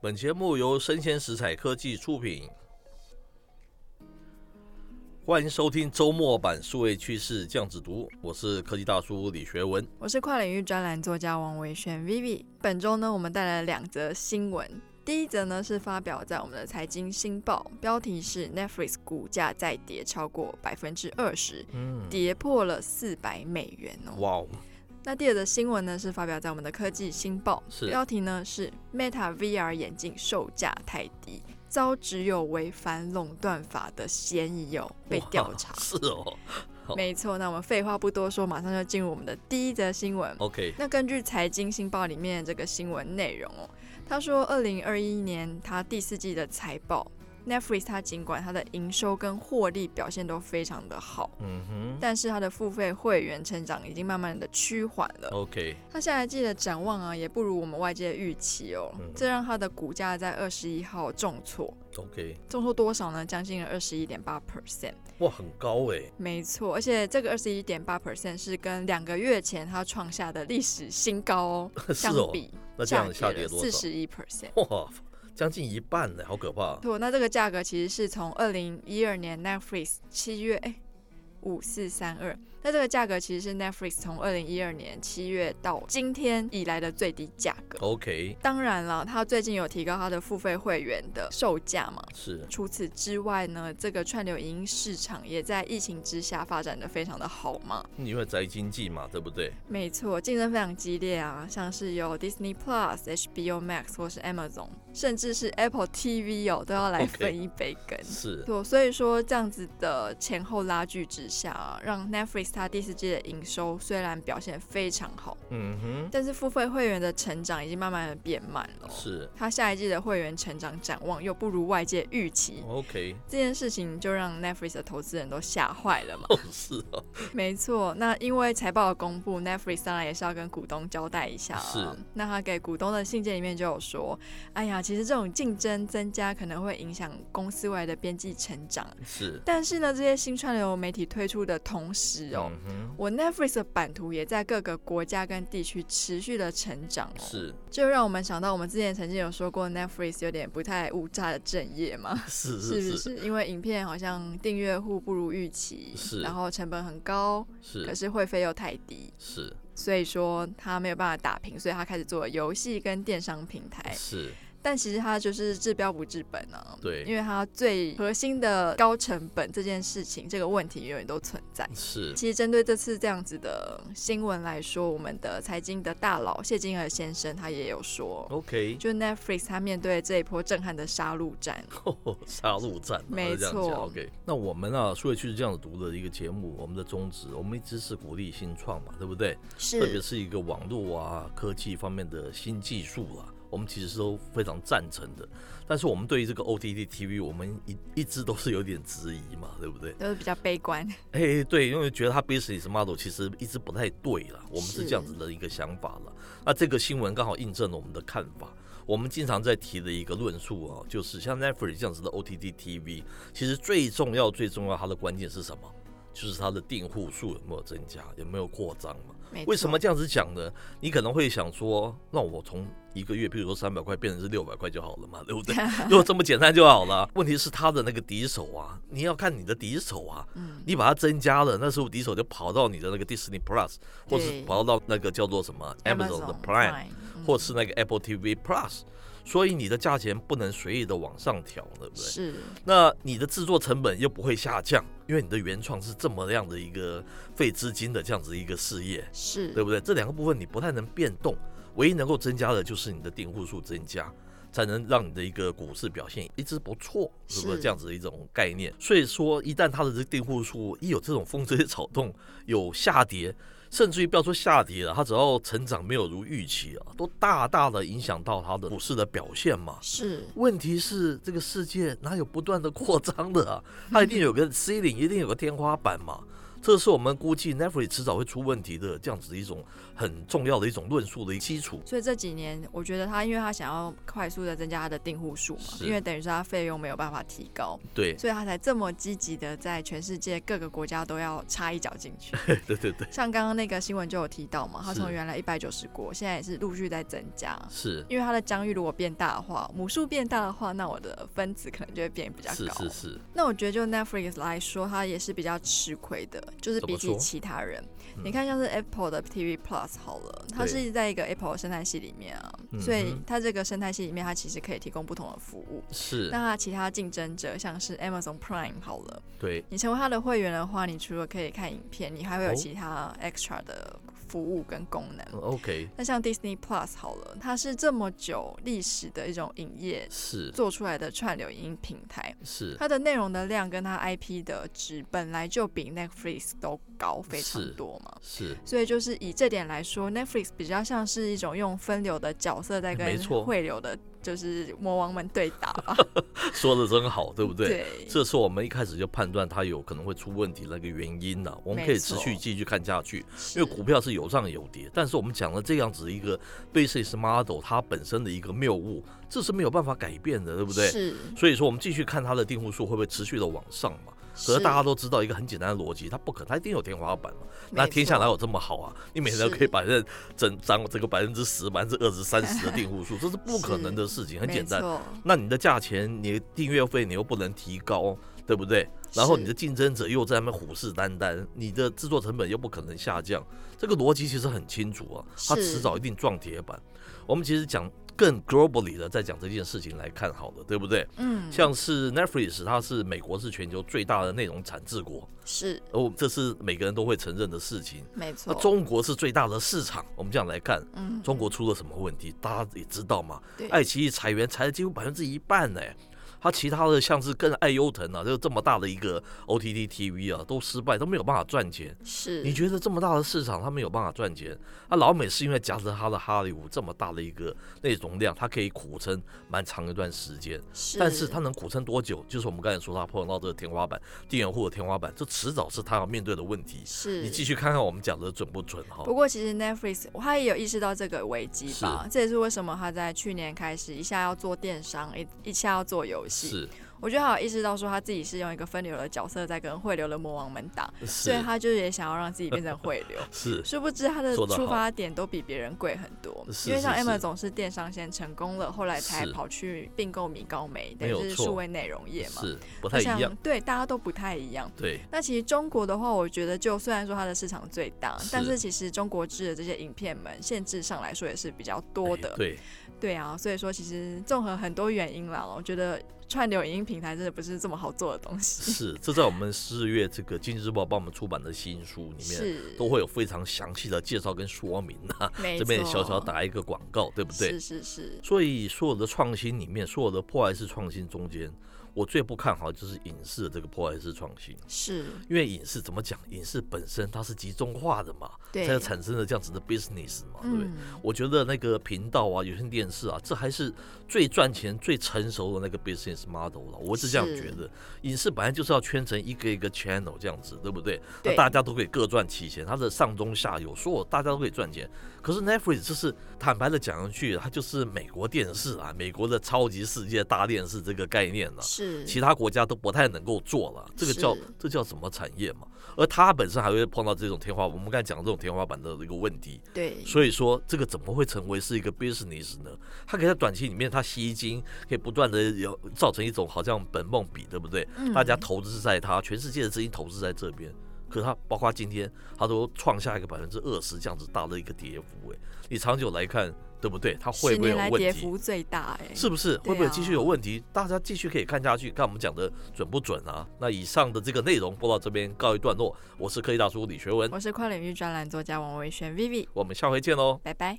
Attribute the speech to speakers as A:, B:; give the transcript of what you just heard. A: 本节目由生鲜食材科技出品，欢迎收听周末版数位趋势酱子读，我是科技大叔李学文。
B: 我是跨领域专栏作家王维轩 Vivi。本周呢，我们带来了两则新闻。第一则呢是发表在我们的财经新报，标题是 Netflix 股价再跌超过百分之二十，
A: 嗯，
B: 跌破了四百美元哦。
A: 哇哦，
B: 那第二则新闻呢是发表在我们的科技新报，
A: 是
B: 标题呢是 Meta VR 眼镜售价太低，遭只有违反垄断法的嫌疑哦，被
A: 哇
B: 调查。
A: 是 哦好
B: 没错，那我们废话不多说，马上就进入我们的第一则新闻。
A: ，OK，
B: 那根据财经新报里面这个新闻内容哦，他说，二零二一年它第四季的财报，Netflix 它尽管它的营收跟获利表现都非常的好，
A: 嗯哼
B: 但是它的付费会员成长已经慢慢的趋缓了。
A: ，OK，
B: 它下一季的展望啊，也不如我们外界的预期哦
A: 嗯，
B: 这让它的股价在二十一号重挫，
A: OK，
B: 重挫多少呢？将近了二十一点八 percent。
A: 哇，很高哎、
B: 没错，而且这个二十一点八 percent 是跟两个月前它创下的历史新高哦
A: 是
B: 相
A: 哦，
B: 比。
A: 那这样下跌多
B: 四
A: 少？
B: 十一 percent。
A: 哇，将近一半呢、好可怕。
B: 对，那这个价格其实是从二零一二年 Netflix 七月哎五四三二，那这个价格其实是 Netflix 从二零一二年七月到今天以来的最低价格。
A: OK，
B: 当然了，它最近有提高它的付费会员的售价嘛。
A: 是
B: 除此之外呢，这个串流影音市场也在疫情之下发展的非常的好嘛。
A: 因为宅经济嘛，对不对？
B: 没错，竞争非常激烈啊，像是有 Disney Plus、HBO Max 或是 Amazon，甚至是 Apple TV 哦，都要来
A: OK
B: 分一杯羹。
A: 是
B: 对，所以说这样子的前后拉锯之下、啊，让 Netflix 它第四季的营收虽然表现非常好，
A: 嗯哼，
B: 但是付费会员的成长已经慢慢的变慢了。哦
A: 是
B: 它下一季的会员成长展望又不如外界预期，
A: OK，
B: 这件事情就让 Netflix 的投资人都吓坏了嘛。
A: 哦是哦，
B: 没错，那因为财报的公布，Netflix 当然也是要跟股东交代一下啊
A: 是。
B: 那他给股东的信件里面就有说，哎呀，其实这种竞争增加可能会影响公司未来的边际成长，
A: 是
B: 但是呢，这些新串流媒体推出的同时哦。
A: 嗯哼，
B: 我 Netflix 的版图也在各个国家跟地区持续的成长哦，
A: 是
B: 就让我们想到我们之前曾经有说过 Netflix 有点不太务诈的正业嘛，
A: 是
B: 是
A: 是
B: 不
A: 是
B: 是？因为影片好像订阅户不如预期，
A: 是
B: 然后成本很高，可
A: 是
B: 是会费又太低，
A: 是
B: 所以说他没有办法打平，所以他开始做游戏跟电商平台。
A: 是，
B: 但其实他就是治标不治本啊，因
A: 对，
B: 为他最核心的高成本这件事情，这个问题永远都存在。
A: 是
B: 其实针对这次这样子的新闻来说，我们的财经的大佬谢金河先生他也有说，
A: OK，
B: 就 Netflix 他面对这一波震撼的杀戮 战，
A: 杀戮战啊，
B: 没
A: 是这样
B: 错
A: 讲 OK，那我们啊，数位趋势这样子读的一个节目，我们的宗旨，我们一直是鼓励新创嘛，对不对？特别
B: 是
A: 是一个网络啊、科技方面的新技术啊，我们其实都非常赞成的。但是我们对于这个 OTT TV，我们一一直都是有点质疑嘛，对不对？
B: 都是比较悲观，
A: 哎、对，因为觉得他 business model 其实一直不太对了，我们是
B: 是
A: 这样子的一个想法了。那这个新闻刚好印证了我们的看法。我们经常在提的一个论述啊，就是像 Netflix 这样子的 OTT TV，其实最重要、最重要，它的关键是什么？就是它的订户数有没有增加，有没有扩张嘛？
B: 没
A: 为什
B: 错
A: 么这样子讲呢？你可能会想说，那我从一个月，譬如说三百块变成是六百块就好了嘛，对不 对？如果这么简单就好了。问题是他的那个敌手啊，你要看你的敌手啊，
B: 嗯
A: 你把它增加了，那时候敌手就跑到你的那个 Disney Plus，或是
B: 对
A: 跑到那个叫做什么 Amazon 的 Prime，
B: 嗯
A: 或是那个 Apple TV Plus，所以你的价钱不能随意的往上调，对不对？
B: 是
A: 那你的制作成本又不会下降，因为你的原创是这么样的一个费资金的这样子一个事业，
B: 是，
A: 对不对？这两个部分你不太能变动，唯一能够增加的就是你的订户数增加。才能让你的一个股市表现一直不错，是不是
B: 是
A: 这样子的一种概念？所以说，一旦它的这个订户数一有这种风吹草动，有下跌，甚至于不要说下跌了，它只要成长没有如预期啊，都大大的影响到它的股市的表现嘛。
B: 是
A: 问题是这个世界哪有不断的扩张的啊？它一定有个 C 领，一定有个天花板嘛。这是我们估计 Netflix 迟早会出问题的这样子的一种很重要的一种论述的基础。
B: 所以这几年，我觉得他因为他想要快速的增加他的订户数嘛，
A: 是
B: 因为等于是他费用没有办法提高，
A: 对
B: 所以他才这么积极的在全世界各个国家都要插一脚进去。
A: 对对 对，
B: 像刚刚那个新闻就有提到嘛，他
A: 是
B: 从原来一百九十国，现在也是陆续在增加。
A: 是
B: 因为它的疆域如果变大的话，母数变大的话，那我的分子可能就会变比较高。
A: 是是是，
B: 那我觉得就 Netflix 来说，它也是比较吃亏的，就是比
A: 怎
B: 起
A: 么说
B: 其他人，
A: 嗯
B: 你看像是 Apple 的 TV Plus 好了，它
A: 对
B: 是在一个 Apple 的生态系里面啊，
A: 嗯哼
B: 所以它这个生态系里面，它其实可以提供不同的服务。
A: 是
B: 那，它其他竞争者像是 Amazon Prime 好了，
A: 对，
B: 你成为它的会员的话，你除了可以看影片，你还会有
A: 哦
B: 其他 extra 的服务跟功能。
A: 嗯 OK，
B: 那像 Disney Plus 好了，它是这么久历史的一种影业
A: 是
B: 做出来的串流影音平台，
A: 是
B: 它的内容的量跟它 IP 的值本来就比 Netflix 都高非常
A: 是
B: 多嘛。
A: 是，
B: 所以就是以这点来说，Netflix 比较像是一种用分流的角色在
A: 没
B: 跟
A: 错
B: 汇流的，就是魔王们对打吧。
A: 说的真好， 对不对？
B: 对，
A: 这是我们一开始就判断它有可能会出问题那个原因呢、我们可以
B: 没
A: 持
B: 错
A: 续继续看下去，
B: 是
A: 因为股票是有上有跌，但是我们讲了这样子一个 basis model 它本身的一个谬误，这是没有办法改变的，对不对？
B: 是，
A: 所以说，我们继续看它的订户数会不会持续的往上嘛？可是大家都知道一个很简单的逻辑，它不可能，它一定有天花板嘛。那
B: 没
A: 天下
B: 错
A: 哪有这么好啊？你每天都
B: 是
A: 可以百分整涨这个百分之十、百分之二十、三十的订户数，这是不可能的事情，很简单
B: 没。错
A: 那你的价钱，你的订阅费你又不能提高，对不对？然后
B: 是
A: 你的竞争者又在那边虎视眈眈，你的制作成本又不可能下降，这个逻辑其实很清楚啊，它
B: 是
A: 迟早一定撞铁板。我们其实讲更 globally 的，在讲这件事情来看好了，对不对？
B: 嗯，
A: 像是 Netflix，它是美国是全球最大的内容产制国，
B: 是
A: 哦，这是每个人都会承认的事情。
B: 没
A: 那
B: 错，
A: 中国是最大的市场，我们这样来看，
B: 嗯
A: 中国出了什么问题？大家也知道嘛
B: 对，
A: 爱奇艺裁员裁了几乎百分之一半呢、它其他的像是跟爱优腾啊，就这么大的一个 OTT TV 啊，都失败，都没有办法赚钱。
B: 是
A: 你觉得这么大的市场，它没有办法赚钱？那老美是因为夹着它的好莱坞这么大的一个内容量，它可以苦撑蛮长一段时间。
B: 是
A: 但是它能苦撑多久？就是我们刚才说它碰到这个天花板，地缘户的天花板，这迟早是它要面对的问题。
B: 是哦
A: 你继续看看我们讲的准不准哈？
B: 不过其实 Netflix 他也有意识到这个危机吧，这也是为什么他在去年开始一下要做电商，一一下要做游戏。
A: 是
B: 我觉得他有意识到说他自己是用一个分流的角色在跟汇流的魔王们打，所以
A: 是
B: 他就是也想要让自己变成汇 流。
A: 是
B: 殊不知他的
A: 说得好
B: 出发点都比别人贵很多，
A: 是
B: 因为像
A: 是是
B: Amazon 是电商先成功了，后来才
A: 是
B: 跑去并购米高梅，
A: 没
B: 等于
A: 有
B: 是
A: 错
B: 数位内容业嘛。
A: 是，不
B: 我
A: 太一
B: 想
A: 样。
B: 对，大家都不太一样。
A: 对，
B: 那其实中国的话，我觉得就虽然说它的市场最大，
A: 是
B: 但是其实中国制的这些影片们限制上来说也是比较多的。
A: 哎对，
B: 对啊，所以说其实综合很多原因啦，我觉得串流影音平台真的不是这么好做的东西。
A: 是这在我们四月这个《经济日报》帮我们出版的新书 里面。
B: 是，
A: 都会有非常详细的介绍跟说明啊，
B: 没
A: 这边也
B: 错
A: 小小打一个广告，对不对
B: 是？是是，
A: 所以所有的创新里面，所有的破坏式创新中间，我最不看好就是影视的这个破坏式创新。
B: 是
A: 因为影视怎么讲？影视本身它是集中化的嘛，
B: 对
A: 才产生了这样子的 business 嘛，对不对？啊
B: 嗯，
A: 我觉得那个频道啊，有线电视啊，这还是最赚钱、最成熟的那个 business model 了。我是这样
B: 是
A: 觉得，影视本来就是要圈成一个一个 channel 这样子，对不对？
B: 对
A: 那大家都可以各赚其钱，它的上中下游，所有大家都可以赚钱。可是 Netflix 就是坦白的讲一句，它就是美国电视啊，美国的超级世界大电视这个概念呢、
B: 是
A: 其他国家都不太能够做了，这个
B: 是
A: 叫这叫什么产业嘛？而它本身还会碰到这种天花板，我们刚才讲的这种天花板的一个问题，
B: 对
A: 所以说，这个怎么会成为是一个 business 呢？它可以在短期里面，它吸金，可以不断的有造成一种好像本梦比，对不对？
B: 嗯
A: 大家投资在它，全世界的资金投资在这边。可是它包括今天，它都创下一个百分之二十这样子大的一个跌幅、哎，你长久来看，对不对？它会
B: 十
A: 不会有
B: 年来
A: 问
B: 跌
A: 题？
B: 幅最大哎、
A: 是不是
B: 对啊
A: 会不会继续有问题？大家继续可以看下去，看我们讲的准不准啊？那以上的这个内容播到这边告一段落，我是科技大叔李学文，
B: 我是跨领域专栏作家王维轩 Vivi，
A: 我们下回见喽。哦
B: 拜拜。